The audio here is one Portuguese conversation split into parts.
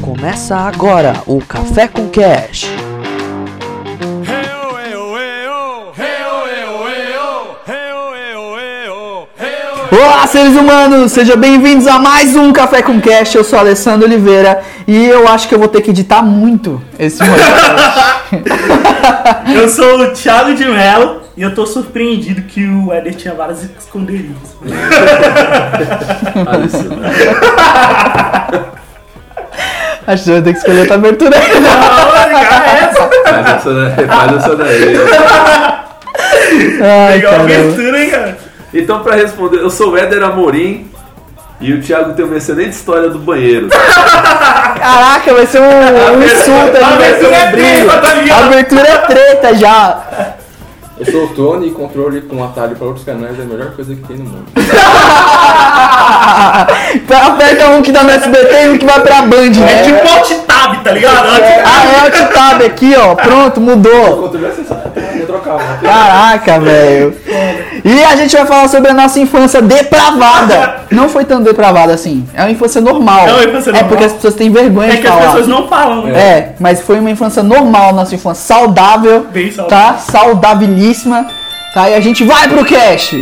Começa agora o Café com Cash. Olá, seres humanos! Sejam bem-vindos a mais um Café com Cash. Eu sou Alessandro Oliveira e eu acho que eu vou ter que editar muito esse podcast. eu sou o Thiago de Mello e eu tô surpreendido que o Eder tinha vários esconderijos. Acho que eu vou ter que escolher outra abertura aí. Não, essa. Faz essa daí. Faz essa daí. Ai, Legal caramba. abertura, hein, cara? Então, pra responder, eu sou o Éder Amorim e o Thiago tem uma excelente história do banheiro. Caraca, vai ser um, um insulto A aí, vai ser abertura um é brilho. treta, tá ligado? Abertura é treta já. Eu sou o Tony e controle com um atalho para outros canais é a melhor coisa que tem no mundo. Aperta um que dá no SBT e um que vai pra Band, É né? tipo alt tab, tá ligado? Ah, é o T-Tab aqui, ó. Pronto, mudou. Quando tiver essa eu trocava. Caraca, velho. E a gente vai falar sobre a nossa infância depravada. Não foi tão depravada assim. É uma infância normal. É uma infância normal. porque as pessoas têm vergonha É de que as falar. pessoas não falam, né? É, mas foi uma infância normal, nossa infância saudável, Bem saudável. tá? Saudabilíssima, tá? E a gente vai pro cash.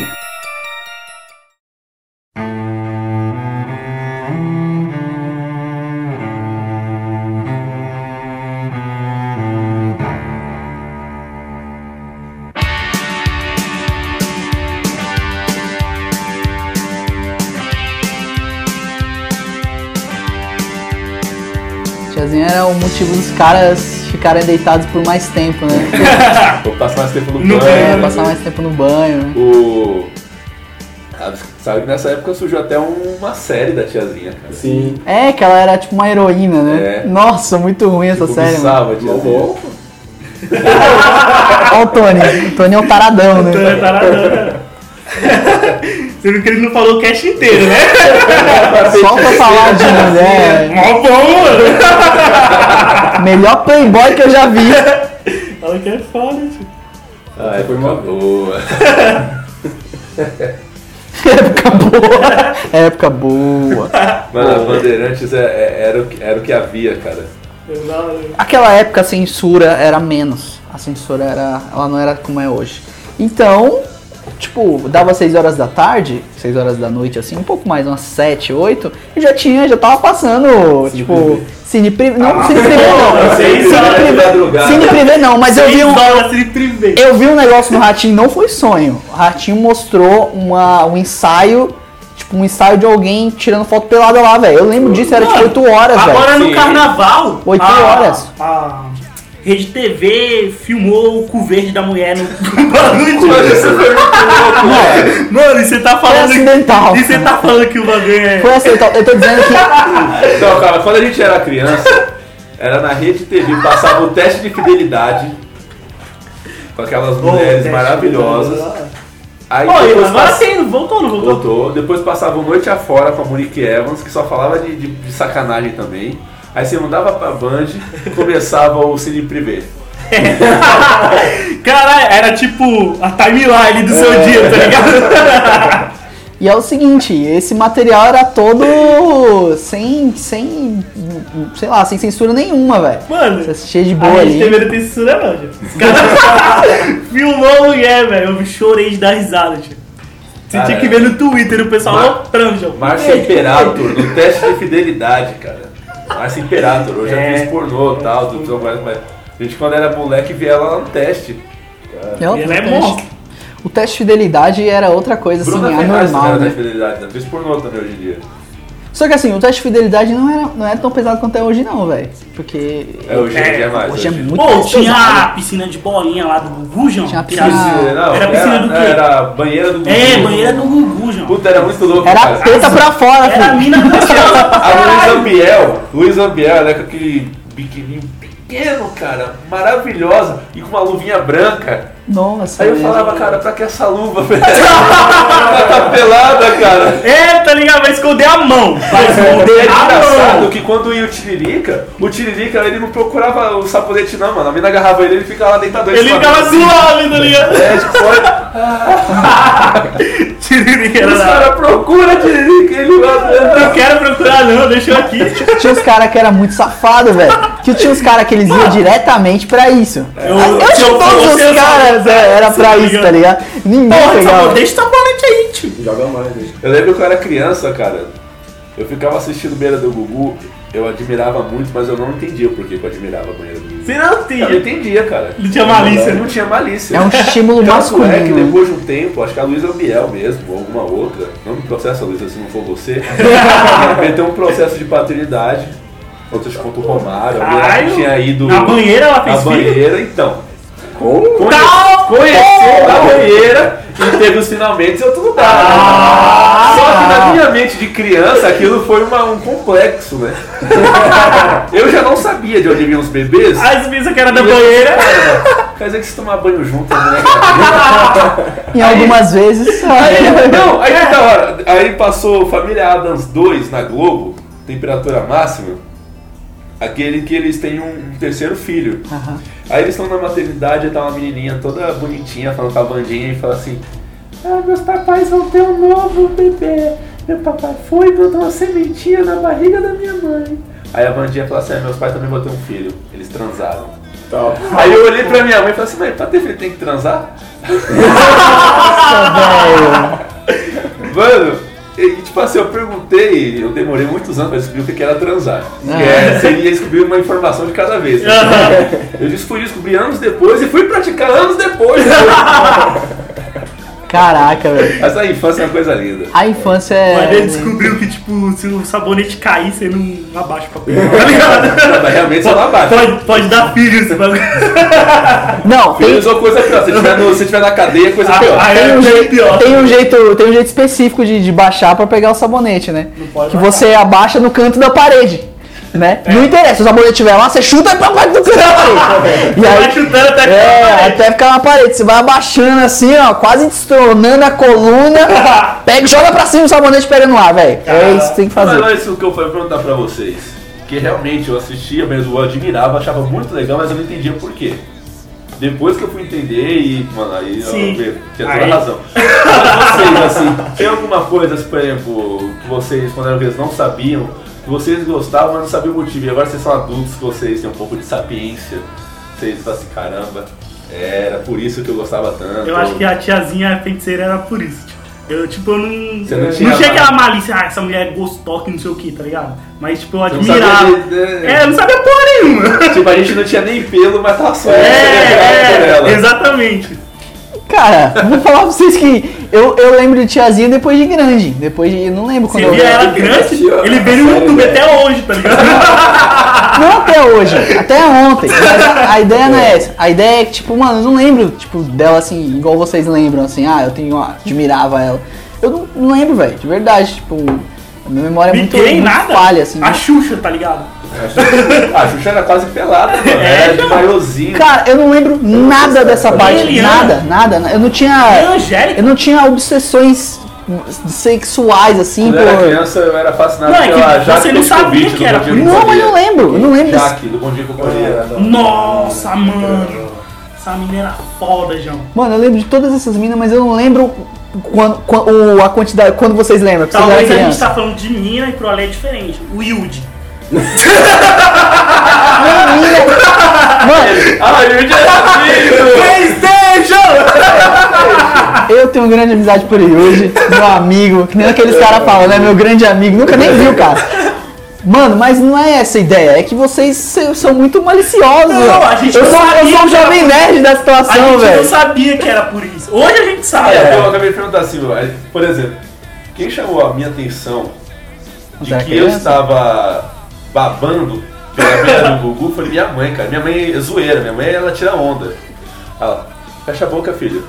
Tiazinha era o motivo dos caras ficarem deitados por mais tempo, né? Vou passar mais tempo no Não banho. É, É, né? passar mais tempo no banho. O... Ah, Sabe que nessa época surgiu até uma série da tiazinha, cara. Sim. É, que ela era tipo uma heroína, né? É. Nossa, muito ruim essa Tipo, série, mano. bizarra, a tiazinha. né? Louco. Ó o Tony, o Tony é um taradão, Então, né? é taradão. Você viu que ele não falou o cast inteiro, né? Tá Só pra falar de mulher. Mó bom, mano. Melhor playboy que eu já vi. Fala que é foda, tio. Ah, é, foi uma boa. Época boa. Época boa. Mano, a Bandeirantes é- é- era, o que, era o que havia, cara. Eu não- Aquela época a censura era menos. A censura era. Ela não era como é hoje. Então, tipo, dava 6 horas da tarde, 6 horas da noite, assim, um pouco mais, umas 7, 8, e já tinha, já tava passando, tipo, Cine Privé. Não, Cine Privé não. seis Cine horas de Privé- madrugada. Cine Privé não, mas eu vi um. Dólar se privé. Eu vi um negócio no Ratinho, não foi sonho. O Ratinho mostrou uma, um ensaio, tipo, um ensaio de alguém tirando foto pelada lá, velho. Eu lembro disso, era tipo Mano, 8 horas, velho. Agora no Sim. carnaval. Oito a- horas. A Rede TV filmou o cu verde da mulher no bagulho. Mano, de- isso foi muito louco, cara. Mano, e você tá falando. acidental. E você tá falando que o bagulho é. Foi assim, eu tô- eu tô dizendo que. Não, cara, quando a gente era criança, era na rede TV, passava o teste de fidelidade com aquelas Pô, mulheres teste, maravilhosas. Aí Pô, e depois agora passava, tem, voltou, não voltou? voltou, depois passava o Noite Afora com a Monique Evans, que só falava de, de- de sacanagem também. Aí você mandava pra Band e começava o Cine Privé. Caralho, era tipo a timeline do É. seu dia, tá ligado? E é o seguinte, esse material era todo sem. sem. sei lá, sem censura nenhuma, velho. Mano, Você assistia de a boa ali. Rede TV não tem censura, não, gente. Os caras filmou a mulher, velho. Eu chorei de dar risada, tio. Você Cara, tinha que ver no Twitter o pessoal Mar- lotrando, João. Márcio Imperator, no teste de fidelidade, cara. Márcio Imperator, eu já É. fiz pornô e tal, do, do, mas, mas a gente quando era moleque via ela no teste. Não, Ela é o teste- monstro. é O teste de fidelidade era outra coisa, assim, Bruna Ferraz também anormal, era da né? fidelidade, né? fez pornô também hoje em dia. Só que assim, o teste de fidelidade não, era, não é tão pesado quanto é hoje, não, velho. Porque. É, hoje, hoje é mais. Hoje é muito Pô, mais tinha pesado. a piscina de bolinha lá do Gugu, João. Tinha a Tinha- piscina- né? Não, Era a piscina do quê? Era a banheira do É, Gugu. banheira do Gugu, João. Puta, era muito louco, Era a cara. teta pra fora, assim, assim. Era a filho. mina gostosa pra A Luiz caralho. Ambiel, Luiz Ambiel, né, com aquele biquininho pequeno, cara, maravilhosa, e com uma luvinha branca. Nossa, Aí eu mesmo. falava, cara, pra que essa luva, velho? Ela tá pelada, cara. É, tá ligado? Vai esconder a mão. Vai E é esconder a engraçado mão. que quando ia o Tiririca, o Tiririca ele não procurava o sapolete não, mano. A mina agarrava ele, ele ficava lá deitado. Ele ficava suave, tá ligado? É, tipo, olha, Tiririca era os da- caras procuram Tiririca, ele lá. Não quero procurar não, deixa eu aqui. Tinha uns caras que era muito safado, velho. Que tinha uns caras que eles iam diretamente pra isso. Eu, Eu- acho se que eu todos fosse, eu os caras só- é, era se pra liga. isso, tá ligado? Ninguém Porra, pegava. só deixa essa bolete aí, tio. Joga mais, gente. Eu lembro que eu era criança, cara. Eu ficava assistindo Beira do Gugu, eu admirava muito, mas eu não entendia por que que eu admirava a banheira do Gugu. Você não tem. Cara, eu entendia, cara. Não tinha malícia, né? Não tinha malícia. É um estímulo Tanto é que masculino. depois de um tempo, acho que a Luísa Biel mesmo, ou alguma outra, não me processa, Luísa, se não for você, meteu um processo de paternidade, outras contra o Romário, alguém Caralho. que tinha ido Na banheira ela na fez filho? banheira, então. Como? Conhe- Tá, Conheceu na banheira e teve os finalmente eu tudo dava. Ah. Só que na minha mente de criança aquilo foi uma- um complexo, né? eu já não sabia de onde vinham os bebês. As bichas Ah, que era da E eu- banheira. Quer dizer que se tomar banho junto, né? cara? Em algumas vezes. Aí, não, aí que da hora. Aí passou Família Adams 2 na Globo, temperatura máxima. Aquele que eles têm um, um terceiro filho. Aham. Aí eles estão na maternidade e tá uma menininha toda bonitinha falando com a bandinha e fala assim: Ah, meus papais vão ter um novo bebê. Meu papai foi e botou uma sementinha na barriga da minha mãe. Aí a bandinha fala assim: ah, Meus pais também vão ter um filho. Eles transaram. Tá. Aí eu olhei pra minha mãe e falei assim: Mãe, pra ter filho tem que transar? Nossa, velho. Mano, e, tipo assim, eu perguntei, eu demorei muitos anos pra descobrir o que que era transar. Que Ah. é, seria descobrir uma informação de cada vez. né? Ah. Eu disse, fui descobrir anos depois e fui praticar anos depois. Caraca, velho. Mas a infância é uma coisa linda. A infância é. Mas ele descobriu que, tipo, se o sabonete cair, você não abaixa pra pegar, tá ligado? Mas realmente É. só lá abaixo. Pode, pode dar filho esse bagulho. Não, tem, Filhos ou coisa pior. Se tiver, no- se tiver na cadeia, coisa pior. Aí tem é um bem jeito, pior. tem um jeito, tem um jeito específico de, de baixar pra pegar o sabonete, né? pode que baixar. É. você abaixa no canto da parede, né? Não interessa, se o sabonete estiver lá, você chuta pra baixo do canto da parede. E Vai aí, chutando até é, que até ficar na parede, você vai abaixando assim, ó, quase destronando a coluna, pega, e joga pra cima o sabonete pega no ar, velho. É isso que tem que Mas não fazer. é isso que eu fui perguntar pra vocês. Que realmente eu assistia mesmo, eu admirava, achava muito legal, mas eu não entendia por quê. Depois que eu fui entender e, mano, aí Sim. eu vi- tinha toda Aí- a razão. Mas vocês, assim, tem alguma coisa, por exemplo, que vocês, quando eram crianças, não sabiam, que vocês gostavam, mas não sabiam o motivo. E agora vocês são adultos, que vocês têm um pouco de sapiência. Vocês falam assim, caramba, era por isso que eu gostava tanto. Eu acho que a tiazinha feiticeira era por isso, tipo. Eu, tipo, eu não. Você não não tinha tinha aquela nada. malícia, ah, essa mulher é gostosa, que não sei o que, tá ligado? Mas, tipo, eu Você não sabia admirava. de- de- É, eu não sabia porra nenhuma. Tipo, a gente não tinha nem pelo, mas tava só né? É, dela. é, exatamente. Cara, vou falar pra vocês que eu, eu lembro de tiazinha depois de grande, depois de, não lembro quando Você eu via é era. ela é grande, Tio, ele vê no sério, YouTube velho. até hoje, tá ligado? Não até hoje, até ontem. Mas a, a ideia não é essa. A ideia é que, tipo, mano, eu não lembro, tipo, dela assim, igual vocês lembram, assim, ah, eu tenho, ah, admirava ela. Eu não, não lembro, velho, de verdade, tipo, a minha memória é muito, Ninguém muito nada. falha, assim. A Xuxa, tá ligado? A Xuxa era quase pelada, mano. É, Era então. de maiozinho. Cara, eu não lembro nada dessa parte. Eliana. Nada, nada. Eu não É tinha. Eu Angélica. não tinha obsessões sexuais, assim, Quando eu era por. criança, eu era fascinado Não, é que pela você Jaque não sabia Petkovic, que do era Bom Dia por- Não, Companhia. mas eu não lembro, eu não lembro desse. Jaque, do Bom Dia Companhia. Nossa, mano. Essa menina era foda, João. Mano, eu lembro de todas essas minas, mas eu não lembro quando, quando- o- a quantidade. Quando vocês lembram? porque vocês Talvez eram a gente criança. tá falando de mina e pro Ale é diferente. O Wilde. Mano, Ah, eu já sabia! Eu tenho grande amizade por ele hoje, meu amigo, que nem aqueles caras falam, né? Meu grande amigo, nunca nem viu, cara. Mano, mas não é essa a ideia, é que vocês se- são muito maliciosos. Não, a gente eu, não sou, eu sabia sou um que era jovem nerd da A gente situação, não velho. sabia que era por isso. Hoje a gente Ah, sabe. é, Eu acabei de perguntar assim, mas, por exemplo, quem chamou a minha atenção de era que eu criança? estava babando pela beira do Gugu foi minha mãe, cara. Minha mãe é zoeira, minha mãe ela tira onda. Ela, fecha a boca, filho.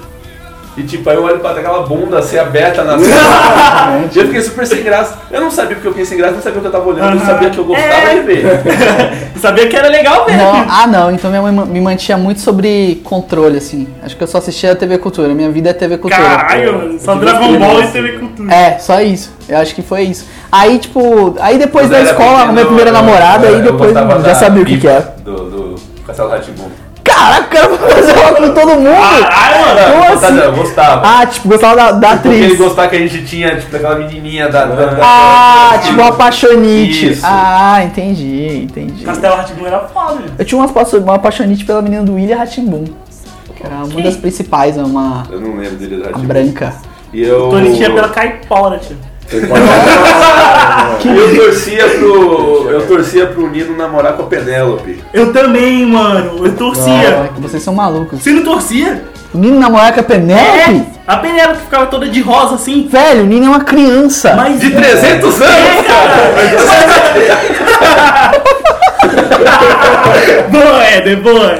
E tipo, aí eu olho pra aquela bunda assim aberta na sala. e eu fiquei super sem graça. Eu não sabia porque eu fiquei sem graça, não sabia o que eu tava olhando, eu não sabia que eu gostava É. de ver. Sabia que era legal mesmo. Não, ah não, então minha mãe ma- me mantinha muito sobre controle, assim. Acho que eu só assistia a TV Cultura, minha vida é TV Cultura. Caralho, mano, só Dragon Ball e TV Cultura. É, só isso. Eu acho que foi isso. Aí, tipo, aí depois Quando eu da era escola, a pequeno, minha primeira eu- namorada, eu aí depois gostava mano, da já sabia o que, que Bibi era. Do, do Castelo Rá-Tim-Bum. Caraca, o cara foi fazer aula com todo mundo! Caralho, mano. Como Eu gostava, assim? Eu gostava. Ah, tipo, gostava da, da Ah, Porque ele atriz. gostava que a gente tinha, tipo, daquela menininha da... da, da- Ah, tipo, uma apaixonite. Isso. Ah, entendi, entendi. Castelo Hartigun era foda, gente. Eu tinha uma, passo- uma apaixonite pela menina do William Ratimbun. Que era uma das principais, né, uma Eu não lembro dele da a branca. E eu... Tony tinha pela caipora, tio. Eu torcia pro... Eu torcia pro Nino namorar com a Penélope. Eu também, mano. Eu é. torcia. Caraca, Ah, vocês são malucos. Você não torcia? Nino namorar com a Penélope? É. A Penélope ficava toda de rosa assim. Velho, o Nino é uma criança. Mas De É, 300 anos, cara! boa, Éder, boa.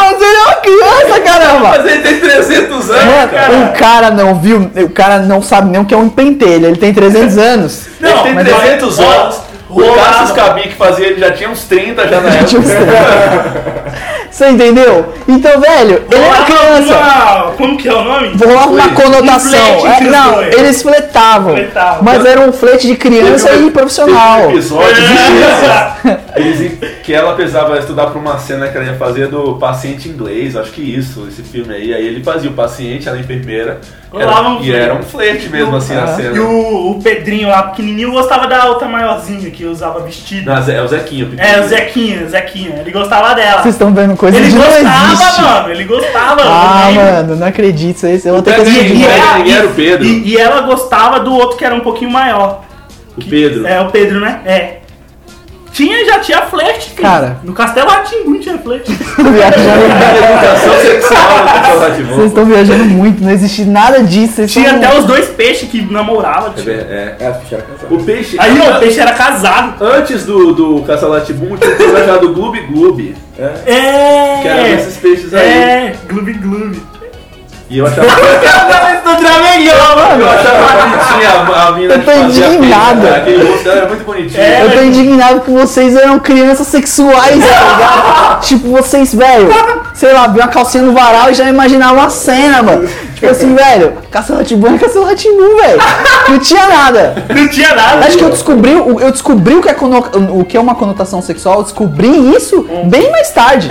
Mas ele é uma criança, caramba! Mas ele tem 300 anos, Mano, cara! o É, cara não viu, o cara não sabe nem o que é um pentelho, ele tem 300 anos. Não, ele tem mas é 300 olha, anos. O rolava. Cassius Cabi que fazia, ele já tinha uns 30 já na época. Tinha uns 30. Você entendeu? Então, velho, ele é uma criança. Uau, como que é o nome? Rolava uma conotação. flerte É, entre os não, dois. eles fletavam. Fletavam. Mas era um flete de criança Teve um- e profissional. Teve um episódio É. que eles- que ela precisava estudar pra uma cena que ela ia fazer do paciente inglês, acho que isso, esse filme aí. Aí ele fazia o paciente, ela enfermeira. Rolava um Era, e era um flerte mesmo, assim, na Ah. E cena. o, o Pedrinho lá, pequenininho, gostava da alta maiorzinha que usava vestido. Não, Zé- é o Zequinho. É, o Zequinha, o Zequinha. Ele gostava dela. Vocês estão vendo coisa Ele que não gostava, existe. mano. Ele gostava. Ah, eu lembro. mano, não acredito. Isso aí, eu vou ter que é Pedro assistir. de Henrique. novo. Ninguém era o Pedro. E, e ela gostava do outro que era um pouquinho maior. O Pedro. É, o Pedro, né? É. Tinha, já tinha flerte, filho. Cara. No Castelo Atingum tinha flerte. Viajando- Educação É. sexual do Castelo Vocês Rá-Tim-Bum. estão viajando muito, não existe nada disso. vocês Tinha são- até os dois peixes que namoravam. É tio. ver- é. É, ficha cansada. O peixe. Aí, ó, o peixe era casado. Antes do, do Caçalatibum tinha um programa chamado Gloob Gloob, É. que era desses peixes aí. É, gloob gloob. E eu achava do Eu achava bonitinha a, a mina Eu que tô fazia a indignado. pizza, Aquele rosto dela era muito bonitinho. É. Eu tô indignado que vocês eram crianças sexuais, tá ligado? tipo, vocês, velho, sei lá, viu uma calcinha no varal e já imaginava uma cena, mano. Tipo assim, velho, caça-latibu é caça-latibu, velho. Não tinha nada. Não tinha nada. Acho que eu descobri, o- eu descobri o que é, cono- o que é uma conotação sexual, eu descobri isso bem mais tarde.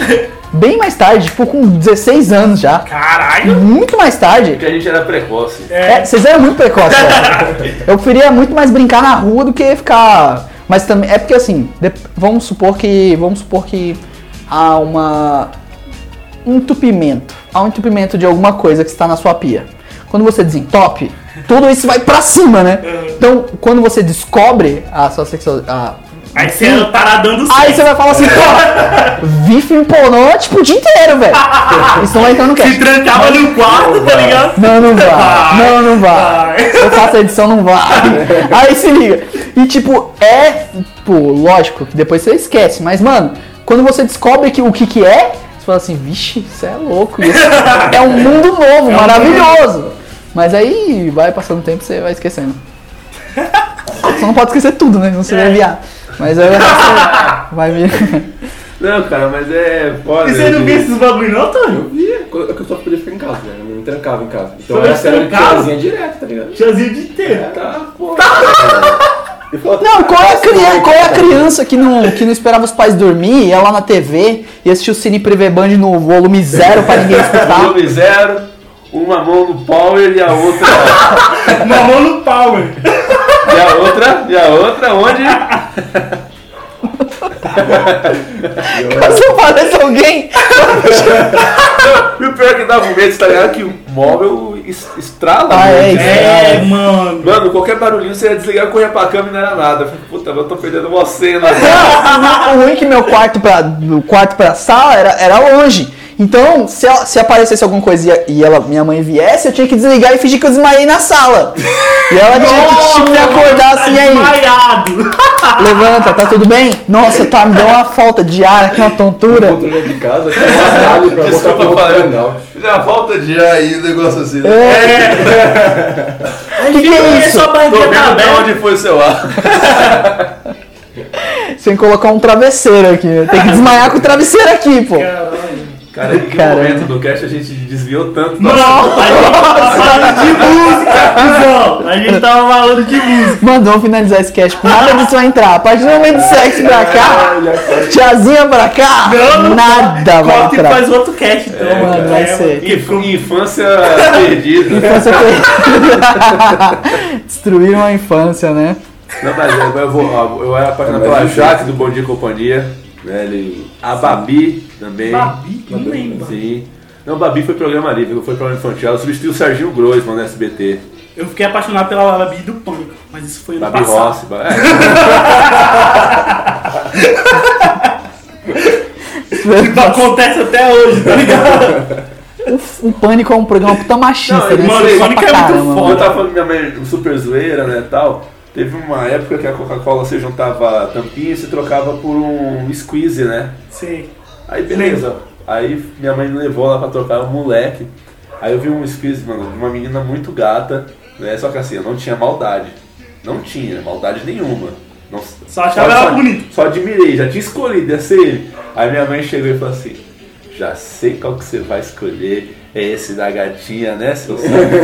Bem mais tarde, tipo, com 16 anos já. Caralho. Muito mais tarde. Porque a gente era precoce. É, vocês eram muito precoces, velho. Eu queria muito mais brincar na rua do que ficar. Mas também. É porque assim, de- vamos supor que. Vamos supor que há uma. um entupimento. Há um entupimento de alguma coisa que está na sua pia. Quando você desentope, tudo isso vai pra cima, né? Então, quando você descobre a sua sexualidade. Aí você era o taradão do Aí sexo. você vai falar assim, pô, vi filme pornô, tipo, o dia inteiro, velho. Isso não vai entrar no Se cast. trancava no quarto, tá ligado? Não, não vai. Não, não vai. Vai. Eu faço a edição, não vai. Aí se liga. E tipo, é. Pô, lógico que depois você esquece, mas mano, quando você descobre que, o que, que é, você fala assim, vixe, isso é louco. Isso é um mundo novo, maravilhoso. Mas aí vai passando o tempo você vai esquecendo. Você não pode esquecer tudo, né? Não se vai viar. Mas aí você vai vir. Não, cara, mas é foda. E você não de- via esses bagulho não, Tony? Eu via, quando- eu só podia ficar em casa, né? Eu me trancava em casa. Então Foi era série de trancado? tiazinha direto, tá ligado? Tiazinho de É. inteiro. Tá, pô. Tá. Eu falava, Não, qual é a criança, Nossa, qual é a criança que, não, que não esperava os pais dormir, ia lá na TV e assistia o Cine Privé Band no volume zero pra ninguém escutar? Volume Um zero, uma mão no power e a outra. Uma mão no pau, mano. e a outra, e a outra, onde? Mas eu parece alguém. E o pior que dava um medo, tá ligado? Que o móvel es- estrala. Ah, é, né? É, mano. Mano, qualquer barulhinho você ia desligar, corria pra cama e não era nada. Eu falei, Puta, eu tô perdendo uma cena. né? O ruim é que meu quarto pra, do quarto pra sala era, era longe. Então, se, ela- se aparecesse alguma coisa e a- e ela, minha mãe viesse, eu tinha que desligar e fingir que eu desmaiei na sala. E ela tinha que tipo, me acordar tá assim "E aí. Desmaiado. Levanta, tá tudo bem? Nossa, tá, me deu uma falta de ar aqui, uma tontura. Outro dentro de casa, tem um atalho pra botar pro Desculpa, outro falei. canal. Já falta de ar aí, negócio assim. né? É. O que, que é isso? Sua Tô barriguinha vendo tá pra aberta. onde foi seu ar. Sem colocar um travesseiro aqui. né? Tem que desmaiar com o travesseiro aqui, pô. Cara, em que Caramba. momento do cast a gente desviou tanto? Não, a gente tá falando de música. Não, a gente tava falando de música. Mano, vamos finalizar esse cast. Nada disso vai entrar. A partir do momento do sexo pra cá, tiazinha pra cá, Não, não. nada Ah, vai Corta e entrar. faz outro cast, então. mano, cara. vai ser. Inf- Inf- Infância perdida. Infância foi- Destruíram a infância, né? Não, mas eu, eu, vou, ó, eu era apaixonado Mas pela eu sei. Jaque do Bom Dia e Companhia. Né, ele- A Babi também. Babi, que não lembro. Sim. Não, Babi foi programa livre, não foi programa infantil. Ela substituiu o Serginho Groisman no SBT. Eu fiquei apaixonado pela Babi do Pânico, mas isso foi ano Babi passado. Rossi. Ba- É, Não acontece até hoje, tá ligado? O Pânico é um programa puta machista, Não, né? mano, Isso o Pânico pra é muito caramba, Bom, eu mano. tava falando da minha mãe tipo, super zoeira, né, tal. Teve uma época que a Coca-Cola você juntava a tampinha e se trocava por um squeeze, né? Sim. Aí beleza. Aí minha mãe me levou lá pra trocar um moleque. Aí eu vi um squeeze, mano, de uma menina muito gata, né? Só que assim, eu não tinha maldade. Não tinha maldade nenhuma. Não- Só achava ela bonita. Só admirei, já tinha escolhido, ia ser ele. Aí minha mãe chegou e falou assim, já sei qual que você vai escolher. É esse da gatinha, né, seu safado?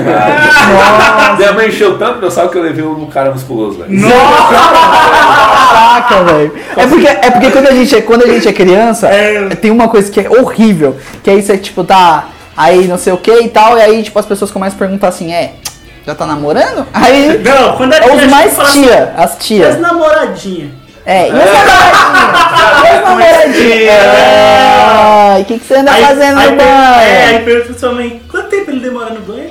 Minha mãe encheu tanto meu saco que eu levei um cara musculoso, velho. Caraca, velho. É porque, é porque quando, a gente é, quando a gente é criança, É. tem uma coisa que é horrível. Que aí você, tipo, tá aí não sei o que e tal. E aí, tipo, as pessoas começam a perguntar assim, é, já tá namorando? Aí Não, quando é os criança, mais fala assim, tia, as tias. né? As namoradinhas. É, e as É. namoradinhas? E as namoradinhas? Ai, o que, que você anda Tá fazendo aí, no per- É, banho? aí pergunta pra sua mãe, quanto tempo ele demora no banho?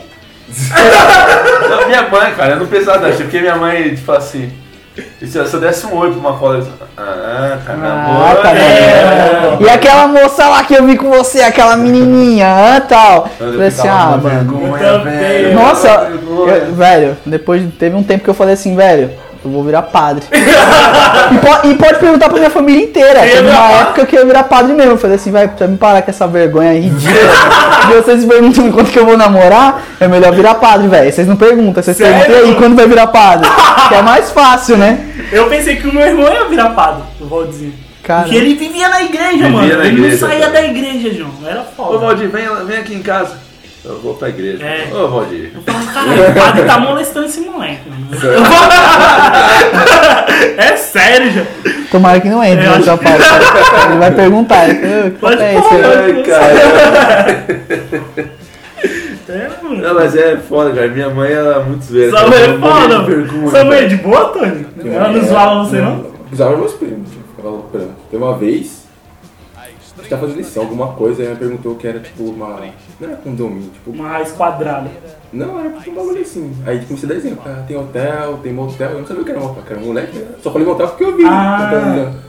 Não, minha mãe, cara, eu não pensava nisso, porque minha mãe, tipo assim, se eu se eu desse um oi pra uma cola, eu disse, ah, né?" tá Ah, tá É. namorando. vendo? E aquela moça lá que eu vi com você, aquela menininha, ah, tal. Falei assim, ah, mano. vergonha, Eu velho. Nossa, Nossa, eu- velho, depois teve um tempo que eu falei assim, velho, eu vou virar padre. e, po- e pode, perguntar pra minha família inteira. Teve uma época que eu ia virar padre mesmo. Eu falei assim, vai, pra me parar com essa vergonha ridícula. e vocês perguntam quando que eu vou namorar, é melhor virar padre, velho. Vocês não perguntam, vocês Sério? perguntam e aí quando vai virar padre. que é mais fácil, né? Eu pensei que o meu irmão ia virar padre, o Valdinho. Cara, Porque ele vivia na igreja, Vivia mano. na ele igreja, não saía cara. da igreja, João. Era Ô, foda. Valdir, vem, vem aqui em casa. Eu vou pra igreja. É. Ô, Valdir. Eu falava, caralho, o padre tá molestando esse moleque. mano." é sério, João. tomara que não entre Eu no acho- São Paulo. Ele vai perguntar, ele falou, que Pode papo é falar. esse? Ai, cara. É, mano. Não, mas é foda, cara. Minha mãe ela é muito zoeira. Sua cara. mãe Eu é foda, morri de vergonha, É. mano. Sua mãe é cara. de boa, Tony? Ela não zoava você, não? Usava meus primos, ficava loucurando. Teve uma vez, a gente tava fazendo lição, alguma coisa, aí ela perguntou que era tipo uma. Não era condomínio, tipo. Uma raiz quadrada. Não, era tipo um bagulho assim. Aí comecei a dar exemplo. Ah, tem hotel, tem motel. Eu não sabia o que era motel, cara. Moleque, né? só falei motel porque eu vi. Ah.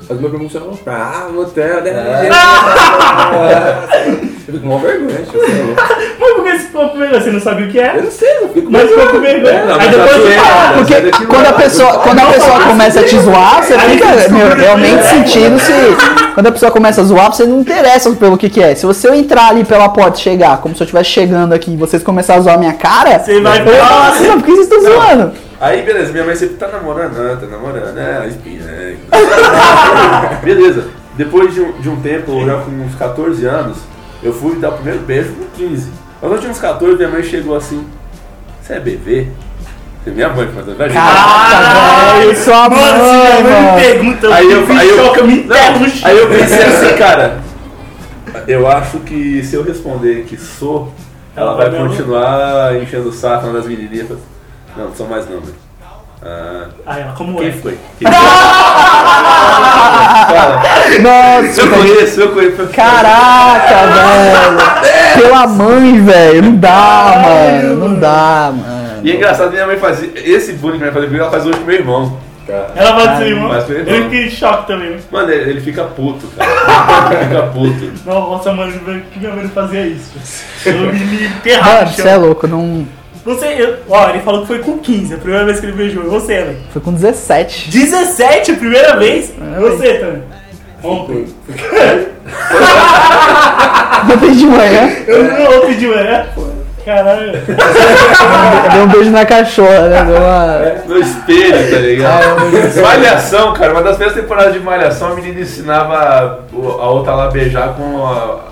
Então, As minhas perguntas eram pra ah, motel, né? Ah. Eu fico com uma vergonha, tipo, Mas por que você ficou com vergonha? Você não sabia o que Eu é? não sei, eu fico com Mas ficou com É, vergonha. não, Aí mas depois a você zoeira, fala. cara, Porque sai daqui, quando vai a lá. pessoa, quando a pessoa começa a te zoar, você Aí fica você meu, descobre realmente que é. sentindo se. Quando a pessoa começa a zoar, você não interessa pelo que, que é. Se você eu entrar ali pela porta e chegar, como se eu estivesse chegando aqui e vocês começarem a zoar minha cara, Você vai eu ia falar falar. assim, não, por que vocês estão zoando? Aí, beleza, minha mãe sempre tá namorando, ah, tá namorando, né? Espinha. né? beleza, depois de um, de um tempo, já com uns 14 anos, eu fui dar o primeiro beijo com 15. Quando eu tinha uns 14, minha mãe chegou assim: Você é bebê? é Minha mãe falou, vai Ah, Caraca, velho, sua mãe, Mano, se minha mãe me mano. pergunta, eu é Aí eu, fico em aí eu, choque, eu me não, enterro no chão. aí eu pensei assim, cara. Eu acho que se eu responder que sou, ela vai continuar enchendo o saco falando das menininhas. Não, não sou mais não, velho. Ah, Aí ela, como é? quem foi? Quem foi? Cara, Nossa, eu conheço, eu conheço. caraca, velho. Pela mãe, velho. Não dá, mano. Não dá, mano. E é engraçado, minha mãe fazia. Esse bullying que minha mãe fazia comigo, ela faz hoje com meu irmão. Cara, Ela bateu em mas foi mim. bom. Eu fiquei em choque também. Mano, ele, ele fica puto, cara. Ele fica puto. Nossa, mano, que minha mãe não fazia isso. Eu me- me enterrava Mano, no você é chão. louco, não. Não sei, eu- ó, ele falou que foi com 15, a primeira vez que ele beijou. E você, Ellen? Foi com 17. 17, a primeira vez? Você também. Ontem. Ontem de manhã, Eu É. não ouvi de manhã. Caralho. eu dei um beijo na cachorra, né? Deu uma. No espelho, tá ligado? Ah, eu- Malhação, cara, uma das primeiras temporadas de Malhação, a menina ensinava o- a outra lá a beijar com a.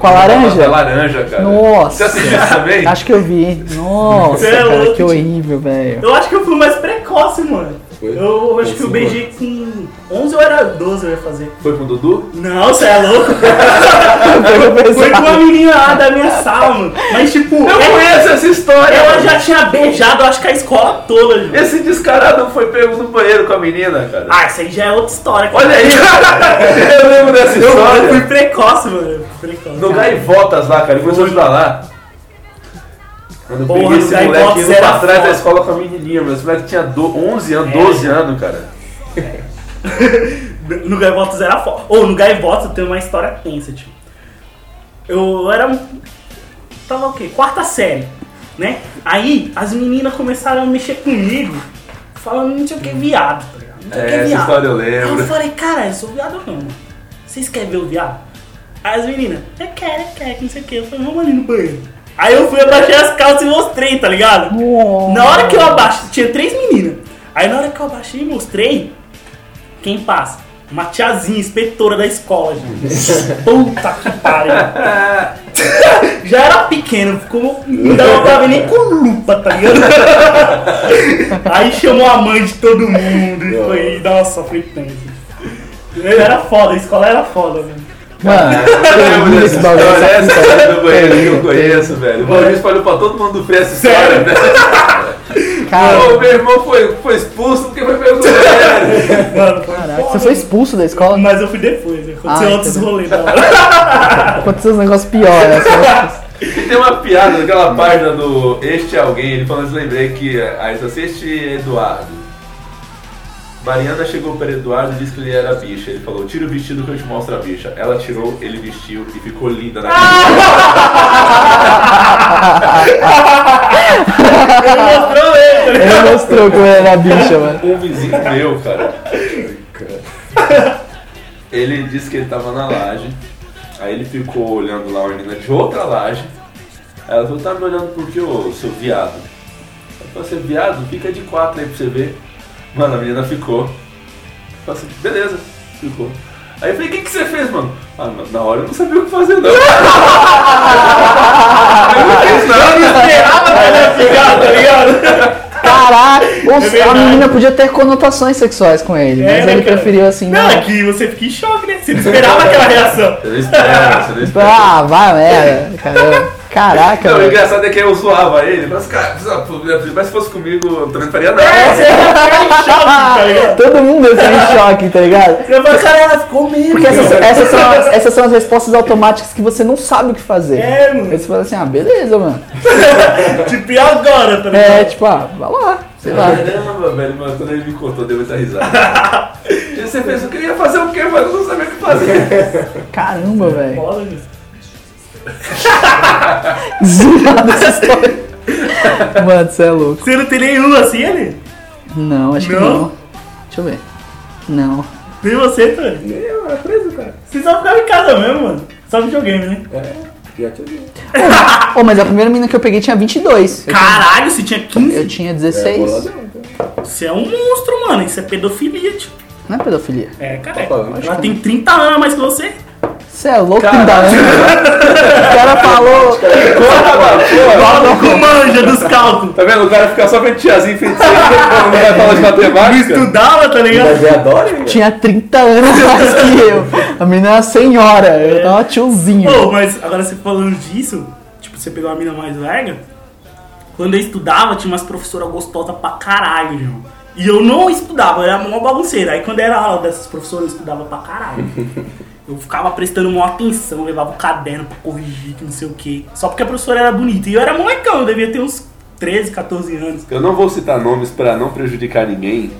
Com a laranja? a laranja, cara. Você Nossa. assistiu isso também? Acho que eu vi, hein? Nossa, Você é cara, louco, que tio. horrível, velho. Eu acho que eu fui mais precoce, mano. Foi? Eu acho Foi que eu sim, beijei com 11 ou era 12 eu ia fazer. Foi com o Dudu? Não, você é louco? Eu Foi com pensava- uma menina lá da minha sala, mano. Mas tipo, Eu ela, conheço essa história! ela mano. já tinha beijado, acho que a escola toda, gente. Esse descarado foi pego no banheiro com a menina, cara. Ah, isso aí já é outra história. cara. Olha aí! eu lembro dessa eu, eu história. fui precoce, mano. Eu fui precoce. No Gaivotas lá, cara, ele começou a ajudar lá. Quando eu Porra, peguei esse no moleque Gaivotas indo pra era trás da foda. escola com a menininha, mas esse moleque tinha do- 11 anos, É. 12 anos, cara. No Gaivotas era foda. Ou no Gaivotas tem uma história tensa, tipo. Eu era. um- Tava o quê? Quarta série, né? Aí as meninas começaram a mexer comigo, falando não sei o que, viado, tá ligado? Não sei o que, Hum. É, essa viado. história eu Aí eu lembro. falei, cara, eu sou viado não, mano. Vocês querem ver o viado? Aí as meninas, eu quero, eu quero, que não sei o que. Eu falei, vamos ali no banheiro. Aí eu fui, abaixei as calças e mostrei, tá ligado? Nossa. Na hora que eu abaixo, tinha três meninas. Aí na hora que eu abaixei e mostrei, quem passa? Uma tiazinha, inspetora da escola, gente. Puta que pariu. Já era pequeno, ficou, não dava pra ver nem com lupa, tá ligado? Aí chamou a mãe de todo mundo e foi, nossa, foi tenso. Era foda, a escola era foda, né? velho. Mano, Eu lembro esse dessa bagulho, história, essa essa é puta- história do banheiro que eu conheço, velho. O Maurício falou pra todo mundo do Free essa história, Sério? né? cara. é Ô, meu irmão foi, foi expulso porque foi pego no banheiro. Mano, foi Caraca, foda. você foi expulso da escola? Mas eu fui depois, aconteceu Ah, outros entendi. rolês da hora. Aconteceu uns negócios piores. né? E tem uma piada naquela página do Este é Alguém, ele falando, eu lembrei que ah, aí só este Eduardo. Mariana chegou para Eduardo e disse que ele era bicha. Ele falou, tira o vestido que eu te mostro a bicha. Ela tirou, ele vestiu e ficou linda na cara. Mostrou ele, tá Ele mostrou como era a bicha, mano. Um vizinho meu, cara. Ele disse que ele tava na laje. Aí ele ficou olhando lá uma menina de outra laje. Aí ela falou, tá me olhando por que, ô seu viado? Eu falei assim, viado, fica de quatro aí pra você ver. Mano, a menina ficou. Eu falei assim, beleza, ficou. Aí eu falei, o que, que você fez, mano? Ah, mano, na hora eu não sabia o que fazer, não. eu não fiz nada. ligado, tá ligado? Caraca, ou se- a É verdade. menina podia ter conotações sexuais com ele, É, mas né, ele cara? preferiu assim, não. Não, é que você fica em choque, né? Você não esperava aquela reação. Você não espera, você não espera. Ah, vai merda, caramba. Caraca, Não, o velho. engraçado é que eu zoava ele, mas cara, mas se fosse comigo, eu também não faria É, nada. você fica em choque, tá ligado? Todo mundo assim em choque, tá ligado? Eu falei, cara, ela ficou meio. Porque essas, essas são as, essas são as respostas automáticas que você não sabe o que fazer. É, mano. Aí você fala assim, ah, beleza, mano. Tipo, e agora, tá ligado? É, tipo, ah, vai lá, sei lá. Caramba, velho, mano, quando ele me contou, deu muita risada. E você fez o que ia fazer o quê, mano? Eu não sabia o que fazer. Caramba, velho. Foda, gente. Zurado essa história. Mano, você é louco. Você não tem nenhum assim, ele? Não, acho que Não? não. Deixa eu ver. Não. Nem você, Tony. eu era é preso, cara. Você só ficava em casa mesmo, mano. Só videogame, né? É, Já te vi. Oh, mas a primeira menina que eu peguei tinha 22. Eu tinha- Caralho, você tinha 15. Eu tinha É, 16. boladão, então. Você é um monstro, mano. Isso é pedofilia, tipo. Não é pedofilia. É, cara. falando. Ela tem 30 anos a mais que você. Você é louco, Caralho. ainda anos. O cara falou. Bora, mano, Fala com manja dos cálculos. Tá vendo? O cara fica só vendo tiazinho feiticeiro, não vai falar de matemática. Estudava, tá ligado? Mas eu adoro, hein, Tinha 30 anos mais que eu. A menina era senhora, eu tava tiozinho. Pô, mas agora você falando disso, tipo, você pegou uma mina mais larga. Quando eu estudava, tinha umas professoras gostosas pra caralho, João. E eu não estudava, eu era uma bagunceira. Aí quando era aula dessas professoras, eu estudava pra caralho. Eu ficava prestando maior atenção, levava o caderno pra corrigir, que não sei o quê. Só porque a professora era bonita. E eu era molecão, eu devia ter uns 13, 14 anos. Eu não vou citar nomes pra não prejudicar ninguém,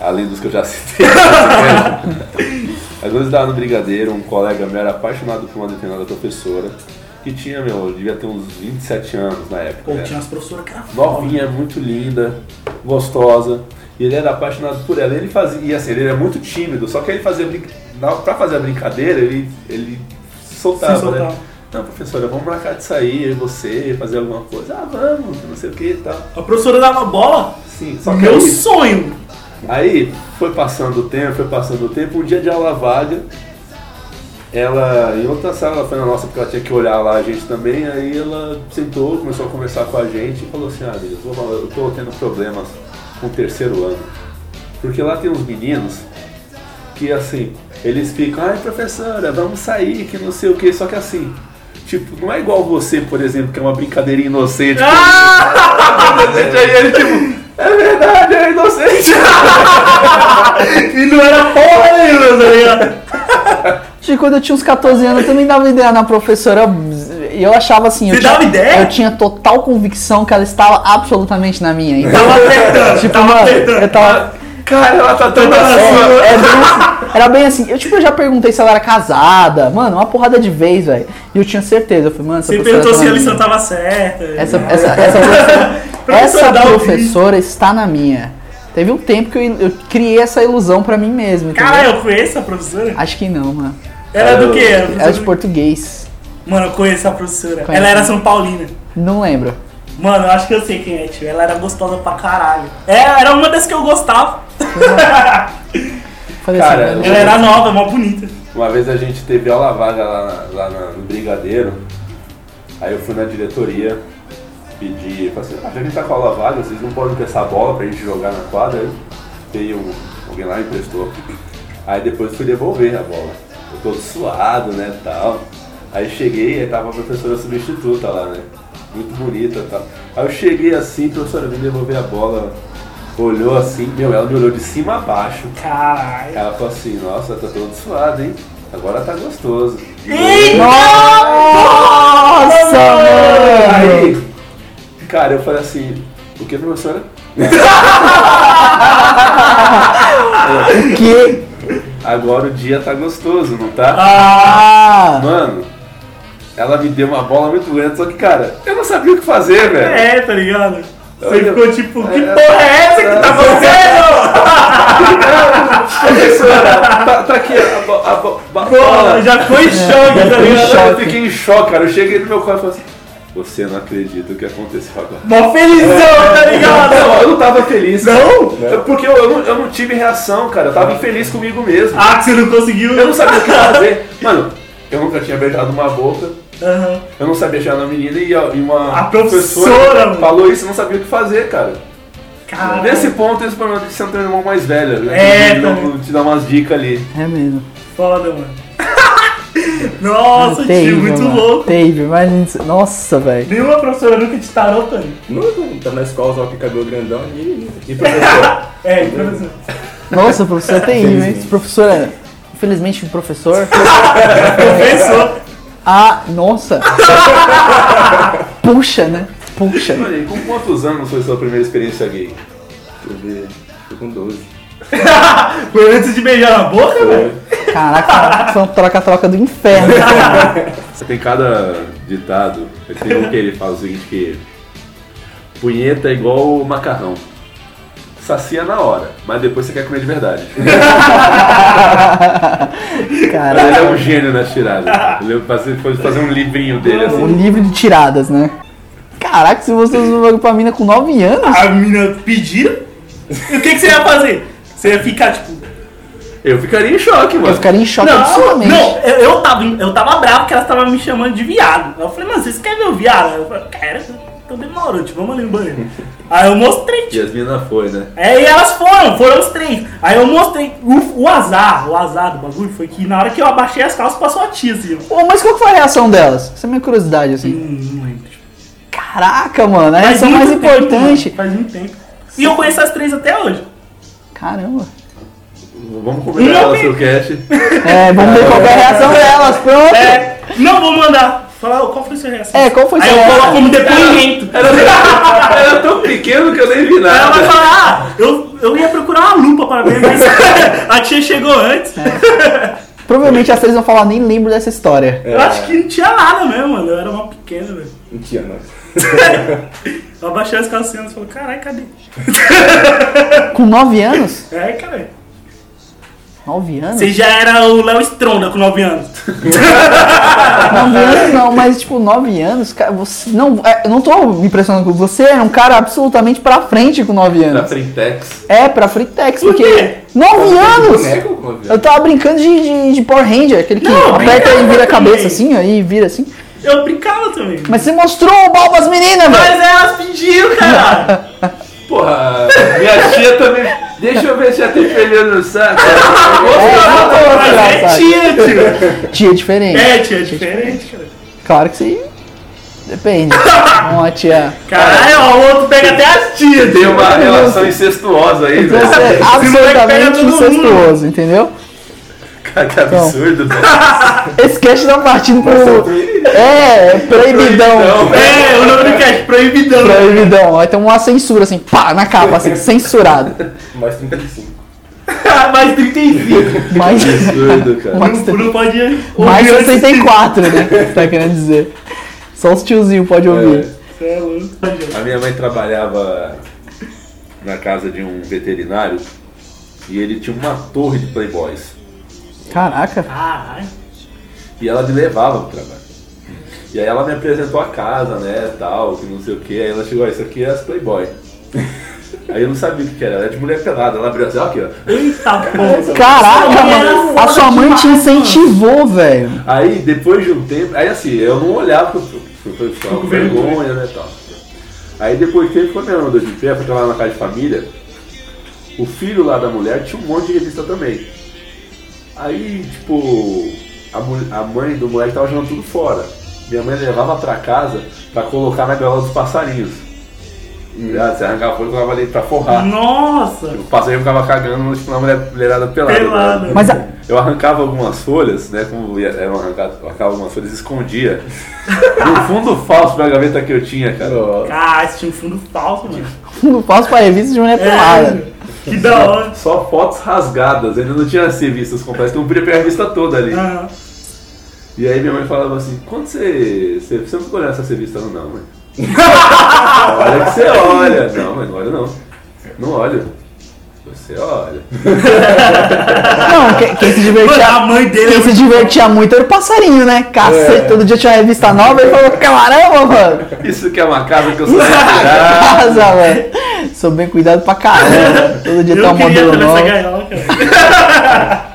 Além dos que eu já citei. Às vezes dava no brigadeiro, um colega meu era apaixonado por uma determinada professora que tinha, meu, devia ter uns 27 anos na época. Pô, né? tinha umas professoras que eram novinha, muito linda, gostosa. E ele era apaixonado por ela. Ele fazia, e assim, ele era muito tímido, só que ele fazia brin- na- pra fazer a brincadeira, ele, ele soltava, Se soltava. né? Não, professora, vamos marcar de sair, eu e você, fazer alguma coisa. Ah, vamos, não sei o que e tal. A professora dava bola. Sim, só que é Meu aí- sonho. Aí foi passando o tempo, foi passando o tempo, um dia de aula vaga, ela em outra sala, ela foi na nossa porque ela tinha que olhar lá a gente também, aí ela sentou, começou a conversar com a gente e falou assim, ah Deus, eu, vou- eu tô tendo problemas com o terceiro ano. Porque lá tem uns meninos que assim, eles ficam, ai professora, vamos sair, que não sei o que, só que assim, tipo, não é igual você, por exemplo, que é uma brincadeira inocente. inocente aí ele tipo. É verdade, é inocente! E não era porra nenhuma, tá ligado? De quando eu tinha uns 14 anos, eu também dava ideia na professora. E eu achava assim. Você eu tinha- dava ideia? Eu tinha total convicção que ela estava absolutamente na minha. Então, Tava apertando, tipo, tava mano, apertando. eu tava. Cara, ela tá tão É, é bem assim. Era bem assim. Eu, tipo, eu já perguntei se ela era casada. Mano, uma porrada de vez, velho. E eu tinha certeza. Eu falei, mano, essa Você professora perguntou tá na se a minha. lição tava certa. Essa, essa, essa professora, Professora, essa dá o professora está na minha. Teve um tempo que eu, eu criei essa ilusão pra mim mesmo. entendeu? Caralho, eu conheço a professora? Acho que não, mano. Era é do quê? Era de português. Mano, eu conheço a professora. Conhece. Ela era São Paulina. Não lembro. Mano, eu acho que eu sei quem é, tio. Ela era gostosa pra caralho. É, era uma das que eu gostava. Falei Cara, assim, Ela era nova, mó bonita. Uma vez a gente teve aula vaga lá, na- lá na- no Brigadeiro, aí eu fui na diretoria pedir, falei assim, ah, já que a gente tá com aula vaga, vocês não podem pensar a bola pra gente jogar na quadra, aí veio um- alguém lá e emprestou. Aí depois fui devolver a bola. Eu todo suado, né, tal. Aí cheguei, aí tava a professora substituta lá, né? Muito bonita e tal. Aí eu cheguei assim, a professora me devolver a bola, olhou assim, meu, ela me olhou de cima a baixo. Caralho. Ela falou assim, nossa, tá todo suado, hein? Agora tá gostoso. Eita! Nossa, mano! Aí, cara, eu falei assim, o que, professora? Que? Agora o dia tá gostoso, não tá? Ah! Mano, ela me deu uma bola muito grande, só que, cara, eu não sabia o que fazer, velho. É, tá ligado? Você Olha, ficou tipo, que é, porra é essa que tá acontecendo? Professora, tá, tá aqui a, bo- a, bo- a Pô, bola. já ficou em choque, tá Eu, ligado? eu fiquei em choque, cara. Eu cheguei no meu quarto e falei assim, você não acredita o que aconteceu agora. Mó É, felizão, tá ligado? Não, eu não tava feliz. Não? Porque eu, eu não, eu não tive reação, cara. Eu tava infeliz comigo mesmo. Ah, que você não conseguiu. Eu não sabia o que fazer. Mano, eu nunca tinha beijado uma boca. Aham. Eu não sabia chegar na menina e, a- e uma A professora, mano. falou isso eu não sabia o que fazer, cara. Caralho. Nesse ponto, esse problema de você não ter um irmão mais É, velho. Né? Ele não- também. não te dá umas dicas ali. É mesmo. Foda, mano. Nossa, tio, É Terrível, muito mano. louco. Terrível, mas. Nossa, velho. Nenhuma professora nunca te tarou, Tony. Mano, tá na escola só com cabelo grandão e. E professor? É, professor. Nossa, o professor é terrível, hein? Infelizmente. Esse professor é. Infelizmente, o professor. Professor. Ah, nossa! Puxa, né? Puxa. Mano, e com quantos anos foi sua primeira experiência gay? Deixa eu ver. Tô com 12. Foi antes de beijar na boca, né? velho? Caraca, foi um troca-troca do inferno. Você tem cada ditado. Tem um que ele fala o seguinte que... Punheta é igual macarrão. Sacia na hora, mas depois você quer comer de verdade. Mas Cara, ele é um gênio nas tiradas. Ele é- fazer- foi fazer um livrinho dele o assim. livro de tiradas, né? Caraca, se você usou o bagulho pra mina com 9 anos. A menina pediram? E o que, que você ia fazer? Você ia ficar tipo. Eu ficaria em choque, mano. Eu ficaria em choque Não, absurdamente. não eu, eu, tava, eu tava bravo porque elas estavam me chamando de viado. Eu falei, mano, vocês querem ver o viado? Eu falei, quero. Então demorou, tipo, vamos ali no banheiro. Aí eu mostrei, E tipo. as meninas foi, né? Aí elas foram, foram os três. Aí eu mostrei. O, o azar, o azar do bagulho foi que na hora que eu abaixei as calças passou a tia assim. ó. Pô, mas qual que foi a reação delas? Essa é a minha curiosidade, assim. Hum, não lembro. Caraca, mano, a reação muito mais tempo, né? importante. mano, Faz muito tempo. E eu conheço as três até hoje. Caramba. Vamos combinar Não, o seu cast. É, vamos ver qual que é a reação delas, pronto. É, É, não vou mandar. Falar, É, qual foi a sua reação? qual foi a Aí sua eu coloco reação? como depoimento. Era tão pequeno que eu nem vi Aí ela vai nada. falar, ah, eu eu ia procurar uma lupa pra ver, mas a tia chegou antes. Provavelmente vocês vão falar, nem lembro dessa história. Eu acho que não tinha nada mesmo, mano. Eu era mal pequeno, velho. Não tinha, não. Eu abaixei as calcinhas e falei, caralho, cadê? Com 9 anos? É, caralho. 9 anos? Você já era o Léo Stronda com 9 anos. 9 anos não, mas tipo, 9 anos, cara, você. Não, é, eu não tô me impressionando com você, era um cara absolutamente pra frente com 9 Da anos. Frentex. É, pra Fritex, Por porque. quê? Um 9 anos! Boneco, pô, velho. Eu tava brincando de, de, de Power Ranger, aquele que Não, aperta e vira a cabeça também. assim, aí vira assim. Eu brincava também. Mas você mostrou o pau pras meninas, velho! Mas elas pediram, cara. Porra, minha tia também. Deixa eu ver se a tem pneu no saco. Mas é tia, tio. Tia diferente. É, tia, é diferente, cara. Claro que sim. Depende. Uma tia. Caralho, ó, o outro pega até as tias. Tem uma relação incestuosa aí, né? Então você é velho. pega absolutamente todo mundo. incestuoso, entendeu? Cara, que absurdo, Então. velho. Esse cast tá partindo pro. É, proibidão. É Proibidão. É, o nome do cast, proibidão. Proibidão. Vai ter uma censura assim, pá, na capa, assim, censurado. Mais 35. Mais 35. Mais, Absurdo, cara. mais, Não pode ouvir mais antes. 64, né? que Você tá querendo dizer. Só os tiozinhos podem ouvir. Cê é louco. A minha mãe trabalhava na casa de um veterinário e ele tinha uma torre de playboys. Caraca. Caralho. E ela me levava pro trabalho. E aí ela me apresentou a casa, né, tal, que não sei o que. Aí ela chegou, ó, isso aqui é as Playboy. aí eu não sabia o que que era, era de mulher pelada. Ela abriu assim, ó, aqui, ó. Eita porra. Caraca, é mano. A sua mãe te incentivou, velho. Aí depois de um tempo, aí assim, eu não olhava pro, pro, pro pessoal, com vergonha, né, tal. Aí depois que ele foi meu de pé, porque lá na casa de família, o filho lá da mulher tinha um monte de revista também. Aí, tipo, a, mu- a mãe do moleque tava jogando tudo fora. Minha mãe levava pra casa pra colocar na gaiola dos passarinhos. Ah, Você arrancava a folha e colocava ali pra Hum. forrar. Nossa. O passarinho ficava cagando tipo, na mulher, mulherada pelada. Pelada. Mas a- Eu arrancava algumas folhas, né? Como ia- eram arrancadas, eu arrancava algumas folhas e escondia. no fundo falso da gaveta que eu tinha, cara. Nossa. Caralho, isso tinha um fundo falso, mano. não faço pra revista de É. mulher pelada. Que da hora. Só fotos rasgadas, ainda não tinha as revistas completas, então eu podia pegar a revista toda ali. Ah, E aí minha mãe falava assim, quando você. Você, você não ficou olhando essa revista não, não, mãe. olha que você olha. Não, mãe, não olha não. Não olha. Você olha. Não, quem, quem se Mano, divertia. a mãe dele Quem é se muito... É. divertia muito era o passarinho, né? Cacete, todo dia tinha uma revista nova e falou, caramba, mano. Isso que é uma casa que eu sou assim." natural. Casa, velho. Sou bem cuidado pra caramba. Todo dia tá É. Eu um queria modelo estar nessa novo. gaiola, cara.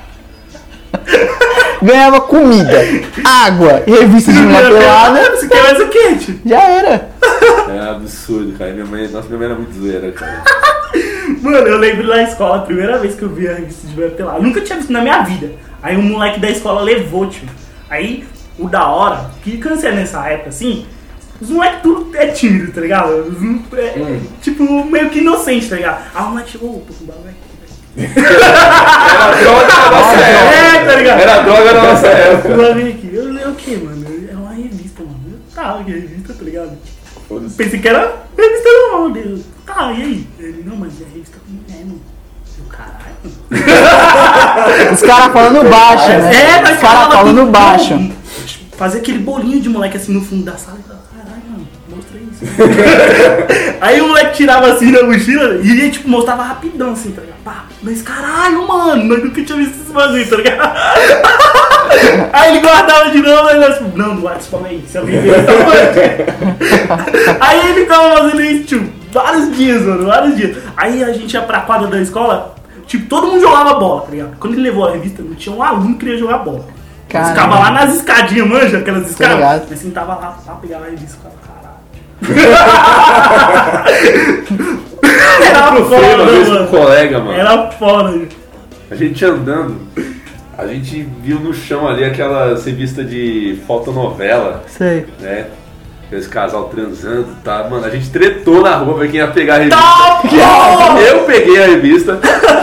Ganhava comida, água, revista de mulher pelada. Você quer mais o quê, tio? Já era. É absurdo, cara. Minha mãe, nossa, minha mãe era muito zoeira, cara. Mano, eu lembro na escola, a primeira vez que eu vi a revista de Mulher Pelada. Eu nunca tinha visto na minha vida. Aí um moleque da escola levou, tio. Aí, o da hora, que câncer nessa época, assim, os moleques tudo é tiro, tá ligado? Os não- é, Tipo, meio que inocente, tá ligado? Aí o moleque chegou, opa, o bagulho aqui. Era droga da nossa É, tá ligado? Era droga da nossa O época. bagulho aqui. Eu falei, o que, mano? É uma revista, mano. Eu tava que revista, tá ligado? Foda-se. Pensei que era revista normal. Dele. Tá, e aí? Ele, não, mas é revista com mulher, mano. Eu, caralho. Os caras falando baixo, né? É, mas Os caras falava falando tudo. baixo. Fazer aquele bolinho de moleque assim no fundo da sala e falava, caralho, mano, mostra isso. Aí o moleque tirava assim da mochila e ia, tipo, mostrava rapidão assim, tá ligado? Pá, mas caralho, mano, nós nunca tinha visto esse bagulho, tá ligado? Aí ele guardava de novo, aí nós, tipo, não, guarda isso pra mim, se alguém ver, tá bom. Aí ele tava fazendo isso, tipo, vários dias, mano, vários dias. Aí a gente ia pra quadra da escola, tipo, todo mundo jogava bola, tá ligado? Quando ele levou a revista, não tinha um aluno que queria jogar bola. Caramba. Ficava lá nas escadinhas, manja, aquelas escadas. ligado. Mas sentava lá, lá pegava a revista, ficava, caralho. Era Eu fui uma vez com um foda, mano. colega, mano. Era foda. gente. A gente andando, a gente viu no chão ali aquela revista de fotonovela, Sei. né? Esse casal transando, tá? Mano, a gente tretou na rua pra quem ia pegar a revista. Tá, porra! Eu peguei a revista,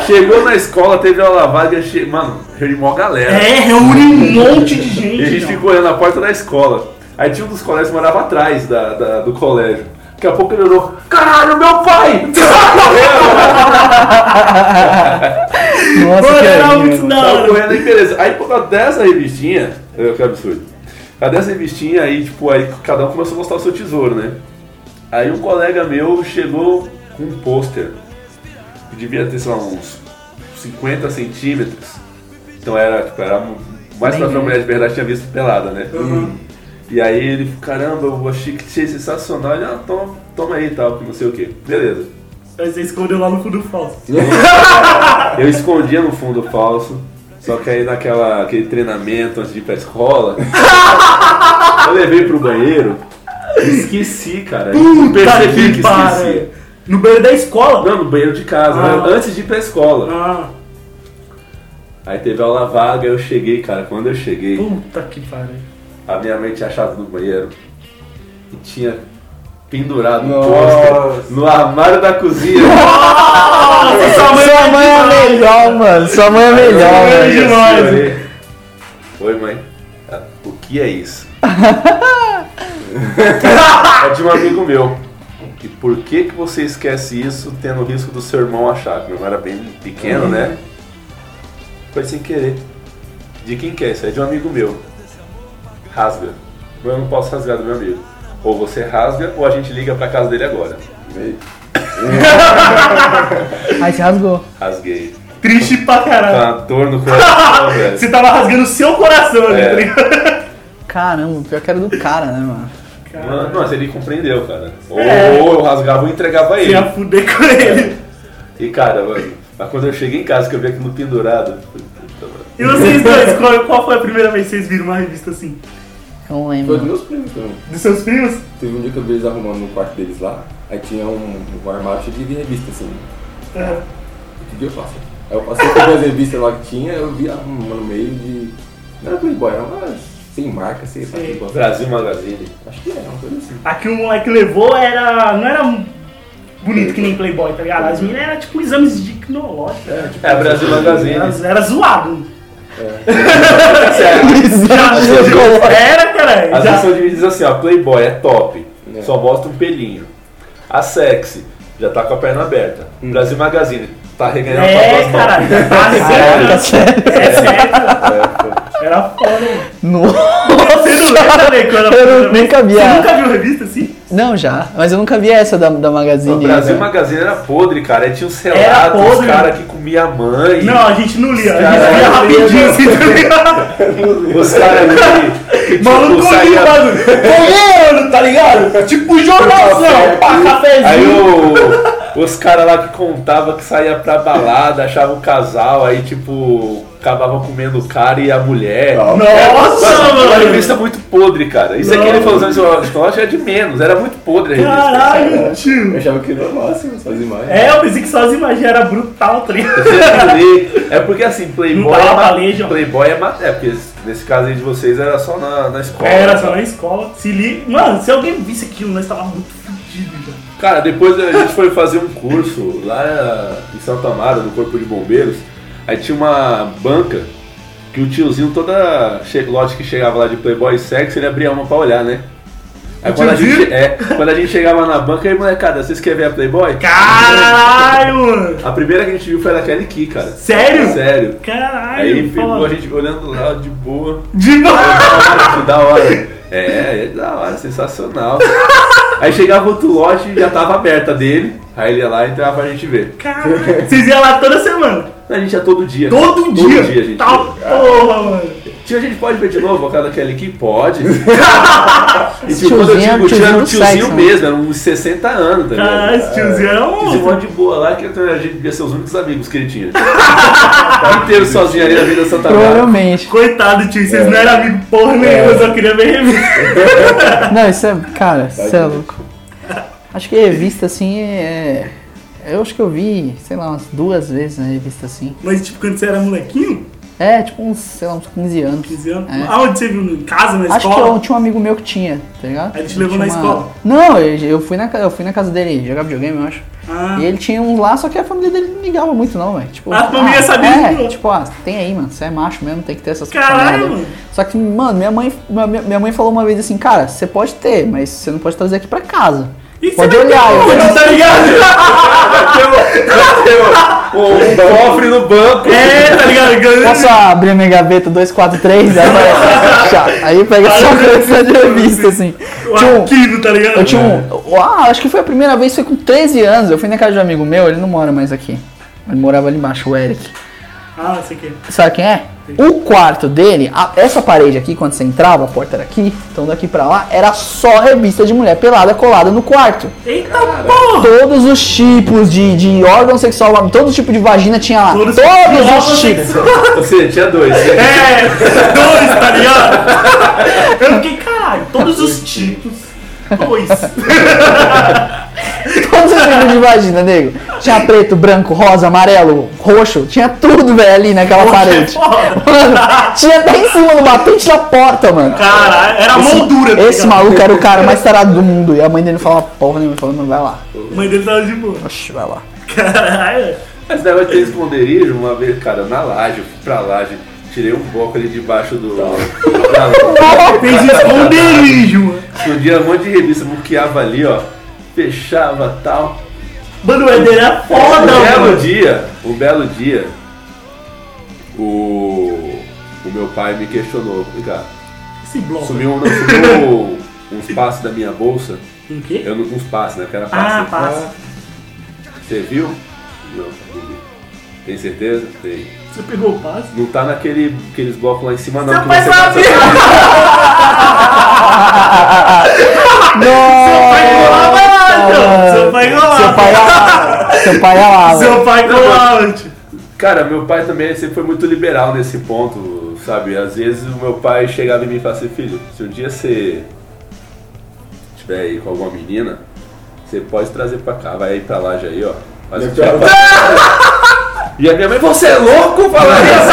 chegou na escola, teve uma lavagem, che... mano, reuni mó galera. É, então. reúne um monte de gente. E a gente não. ficou olhando a porta da escola. Aí tinha um dos colegas que morava atrás da, da- do colégio. Daqui a pouco ele olhou, caralho, meu pai! Nossa, Mano, que é era anime, muito mano. da Tava hora. correndo aí, é beleza. Aí por causa dessa revistinha, eu, que absurdo. Por causa dessa revistinha aí, tipo, aí cada um começou a mostrar o seu tesouro, né? Aí um colega meu chegou com um pôster. que Devia ter, sei lá, uns 50 centímetros. Então era, tipo, era mais Nem pra ver uma vi. mulher de verdade tinha visto pelada, né? E aí ele, caramba, eu achei que tinha sensacional. Ele, ah, toma, toma aí e tal, que não sei o que. Beleza. Mas você escondeu lá no fundo falso. Eu escondia no fundo falso, só que aí naquela aquele treinamento antes de ir pra escola, eu levei pro banheiro, esqueci, cara. Eu percebi que esqueci. No banheiro da escola. Não, no banheiro de casa, né? Ah. antes de ir pra escola. Ah, Aí teve aula vaga, eu cheguei, cara. Quando eu cheguei, puta que pariu. a minha mãe tinha a chave do banheiro e tinha pendurado um Nossa. pôster no armário da cozinha. Sua mãe, é melhor, mano. Sua mãe é melhor, Olha velho. isso, demais. olha. Oi, mãe. Ah, O que é isso? é de um amigo meu. E por que, que você esquece isso tendo o risco do seu irmão achar? Meu irmão era bem pequeno, né? Foi sem querer. De quem que é isso? É de um amigo meu. Rasga. Eu não posso rasgar do meu amigo. Ou você rasga ou a gente liga pra casa dele agora. Aí se rasgou. Rasguei. Triste pra caralho. Tá uma dor no coração, velho. Você tava rasgando o seu coração ali, Tá. É. tá ligado? Caramba, pior que era do cara, né, mano? Mano, não, mas ele compreendeu, cara. Ou, É. ou eu rasgava ou entregava Você ele. ia fuder com ele. E cara, mano, mas quando eu cheguei em casa que eu vi aquilo pendurado. eu falei, "Puta, mano." E vocês dois, qual, qual foi a primeira vez que vocês viram uma revista assim? Eu não Foi dos lembro. meus primos também. Dos seus primos? Teve um dia que eu vi eles arrumando no quarto deles lá, aí tinha um, um armário cheio de revista assim. É. O que eu faço? Aí eu passei por as revistas lá que tinha, eu vi ah, uma no meio de. Não era Playboy, era uma sem marca, sei lá. Sei. Playboy. Brasil Magazine. Acho que era, uma coisa assim. A que o moleque levou era. não era bonito que nem Playboy, tá ligado? As meninas eram tipo exames tecnológicos. É, tipo, É, Brasil Magazine. Elas- Era zoado. Sério. Era, cara. As Já. são divididas assim, ó, Playboy é top. É. Só mostra um pelinho. A sexy, já tá com a perna aberta. Brasil Magazine, tá reganhando Hum. É, com as cara. mãos. Caraca, Tá certo. sério. É certo. Era foda. mano. Você não lembra, né? Quando Eu era a primeira não- vez? nunca vi Você a- nunca viu revista assim? Não, já. Mas eu nunca vi essa da, da Magazine. O Brasil é né? Magazine era podre, cara. Aí tinha os Era relatos, os podre. caras que comia a mãe. Não, a gente não lia. A gente Caralho, lia rapidinho meu assim, tá ligado? Os caras que, que tipo, Maluco ali, saía- mano. Olhando, tá ligado? Tipo jornalzão. Pá, Aí cafezinho. o- os caras lá que contava que saía pra balada, achava o casal, aí tipo, acabava comendo o cara e a mulher. Nossa, Uma mano. revista muito podre, cara. Isso aqui ele falou antes, é de menos, era muito podre a revista. Caralho, tio. Eu achava que era máximo, essas imagens. É, eu pensei que só as imagens era brutal, tá ligado? É porque assim, Playboy Não é, dava pra ma- ler, João. Playboy é matéria, porque nesse caso aí de vocês era só na, na escola. Era só na escola. Se liga. Mano, se alguém visse aquilo, nós tava muito fudido já. Cara, depois a gente foi fazer um curso lá em Santa Amaro, no Corpo de Bombeiros. Aí tinha uma banca que o tiozinho, toda che- lote que chegava lá de Playboy e sexo, ele abria uma pra olhar, né? Aí quando a, gente, é, quando a gente chegava na banca, aí molecada, vocês querem ver a Playboy? Caralho, mano. A primeira que a gente viu foi a da Kelly Key, cara. Sério? Sério. Caralho, Aí ficou a foda. gente olhando lá de boa. De novo. Que da hora. É, é da hora, sensacional. Aí chegava outro lote e já tava aberta dele. Aí ele ia lá e entrava pra gente ver. Caralho. Vocês iam lá toda semana. A gente ia todo dia. né? Todo dia. Todo dia, gente. Tá porra, mano. Tio, a gente pode ver de novo a cara daquele que pode. e Esse tipo, quando eu tiozinho era digo um tio, era tiozinho um do tiozinho sexo, né? mesmo, era uns 60 anos, tá Caralho, ligado? esse tiozinho era Esse um. monte de boa lá que a gente devia ser os únicos amigos que ele tinha. Tava inteiro sozinho ali na vida Santa Maria. Provavelmente. Coitado, tio. Vocês não É. eram amigos porra nenhuma, eu só queria ver revista. Não, isso é. Cara, isso é louco. Acho que revista assim é. Eu acho que eu vi, sei lá, umas duas vezes na revista assim. Mas, tipo, quando você era molequinho, É, tipo uns, sei lá, uns 15 anos. 15 anos. É. Aonde você viu? Em casa, na Acho que escola? eu tinha um amigo meu que tinha, tá ligado? Aí ele te Ele levou tinha na escola? Não, eu, eu fui na, ca- eu fui na casa dele jogar videogame, eu acho. Ah. E ele tinha uns lá, só que a família dele não ligava muito não, velho. Tipo, A família sabia que É, não. tipo, ah, tem aí, mano, você é macho mesmo, tem que ter essas Caralho, paradas. mano. Só que, mano, minha mãe, minha, minha mãe falou uma vez assim, cara, você pode ter, mas você não pode trazer aqui pra casa. E Pode você vai olhar, ter olha. um, tá ligado? Um cofre no banco. É, tá ligado? Ganhando. Posso abrir minha gaveta 243? Aí aparece. Tchau. Aí pega só um coisa de né? revista, assim. O Tinha um- arquivo, tá ligado? Eu tinha um. Uau, acho que foi a primeira vez, foi com 13 anos. Eu fui na casa de um amigo meu, ele não mora mais aqui. Ele morava ali embaixo, o Eric. Ah, isso aqui. Sabe quem é? O quarto dele, a- essa parede aqui, quando você entrava, a porta era aqui, então daqui pra lá, era só revista de mulher pelada colada no quarto. Eita porra! Todos os tipos de, de órgão sexual, todo tipo de vagina tinha lá. Todos, os tipos. Você tinha dois. né? É, dois, tá ligado? Eu fiquei, caralho, todos os tipos. Dois. Todos os tipos de vagina, nego. Tinha preto, branco, rosa, amarelo, roxo. Tinha tudo, velho, ali naquela parede. Foda. Mano, tinha até em cima do batente da porta, mano. Caralho, era a moldura. tá Esse ligado? maluco era o cara mais tarado do mundo. E a mãe dele não falava porra nenhuma, falando, vai lá. Mãe dele tava de boa. Oxi, vai lá. Caralho. Mas daí vai ter esconderijo uma vez, cara, na laje, eu fui pra laje, tirei um bloco ali debaixo do. Tá. da laje. Fez esconderijo, mano. Escondia um monte de revista, muqueava ali, ó. Fechava tal. Mano, o Eder era foda, um é belo mano. dia, um belo dia, o. O meu pai me questionou, vem cá. Esse bloco. Sumiu, um, não, sumiu uns passos da minha bolsa. O quê? Eu não uns passos, né? Porque era passe. Ah, né? passa. Você viu? Não, não vi. Tem certeza? Tem. Você pegou o passe? Não tá naquele aqueles blocos lá em cima, não. Seu que pai você passa- sabia! Não! Seu pai colava, mano. Ah, Seu pai Ah, Seu pai colava. alava. Seu pai é alava. Seu pai colava. tio. Cara, meu pai também sempre foi muito liberal nesse ponto, sabe? Às vezes o meu pai chegava em mim e falava assim, filho, se um dia você estiver aí com alguma menina, você pode trazer pra cá, vai aí pra laje aí, ó. Faz o que ela faz." E a minha mãe, você é louco falar isso?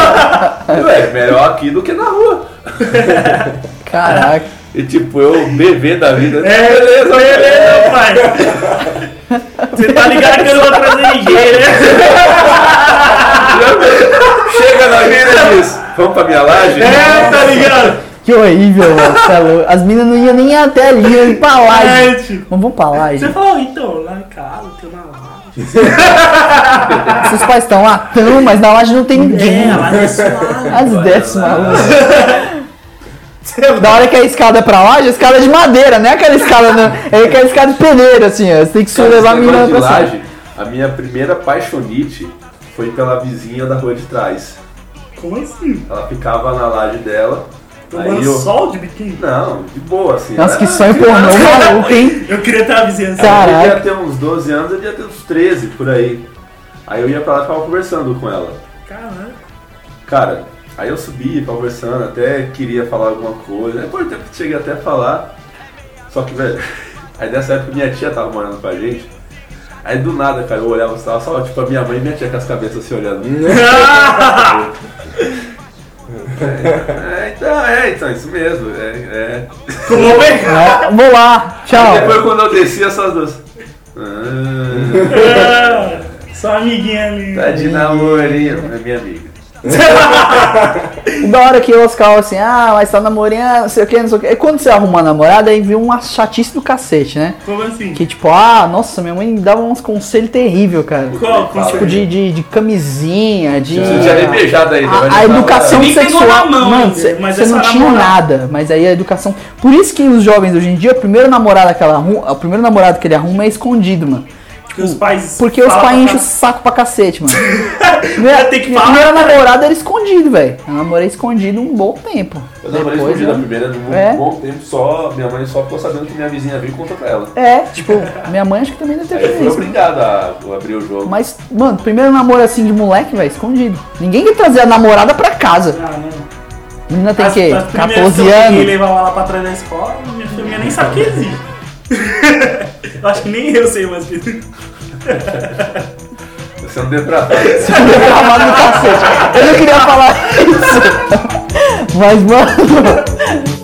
Ué, melhor aqui do que na rua. Caraca. E tipo, eu bebê da vida. É, beleza, beleza, pai. Você tá ligado que eu não vou trazer ninguém, né? Chega na vida e diz, vamos pra minha laje? É, tá ligado? Que horrível, mano. Você é louco. As meninas não iam nem até ali, iam ir pra lá. É, tio. Vamos pra lá, Você gente. falou, então, lá em casa tem uma laje. Seus pais estão lá? Tão, mas na laje não tem ninguém. É, a laje é suave. As dessas, maluco. Da hora que a escada é pra laje, a escada é de madeira, não é aquela escada, não. É aquela escada de pedreiro, assim, ó. Você tem que se Cara, esse levar a menina pra negócio de cima. laje, a minha primeira paixonite foi pela vizinha da rua de trás. Como assim? Ela ficava na laje dela. Tomando aí eu. sol de biquíni? Não, de boa assim. Nossa, que Ah, sonho pornô maluco, hein? Eu queria ter uma assim. vizinhança. Cara. Eu devia Caraca. ter uns 12 anos, eu devia ter uns 13 por aí. Aí eu ia pra lá e ficava conversando com ela. Caralho. Cara, aí eu subi conversando, até queria falar alguma coisa. Aí por um tempo que cheguei até a falar. Só que, velho, aí nessa época minha tia tava morando com a gente. Aí do nada, cara, eu olhava, tava só tipo a minha mãe e minha tia com as cabeças se olhando. É, então, é, então, isso mesmo. É, é. Como é? É, vou lá, tchau. Aí Depois quando eu desci essas duas. Ah, Ah, Só amiguinha ali. tá de namorinho. É minha amiga. E da hora que elas falam assim, ah, mas tá namorando, não sei o que, não sei o que. E quando você arruma a namorada, aí vem uma chatice do cacete, né? Como assim? Que tipo, ah, nossa, minha mãe dava uns conselhos terríveis, cara. Qual? Como Tipo, de, de, de camisinha, de. Você não tinha nem né? beijado ainda. É. A, mas já a tava- educação Você nem pegou sexual. na mão mano, ainda, você mas você essa não era tinha namorada. nada. Mas aí a educação. Por isso que os jovens hoje em dia, o primeiro namorado que ela arruma, o primeiro namorado que ele arruma é escondido, mano. Porque os pais. Porque os falam pais pra enchem o saco pra cacete, mano. Vai ter que falar, Primeira cara. namorada era escondido, velho. Eu namorei escondido um bom tempo. Eu namorei Depois, escondida a né? primeira de um É. bom tempo só. Minha mãe só ficou sabendo que minha vizinha veio e contou pra ela. É, tipo, minha mãe acho que também deve ter Aí eu feito fui isso. mano. obrigado a abrir o jogo. É Mas, mano, primeiro namoro assim de moleque, velho, escondido. Ninguém quer trazer a namorada pra casa. Ah, não. A menina tem As- que as 14 primeiras que eu peguei e anos. levava lá pra trás da escola, minha família nem sabe que existe. Eu acho que nem eu sei mais que existe. Você não deu Gravado no cacete. Eu não queria falar isso. Mas, mano,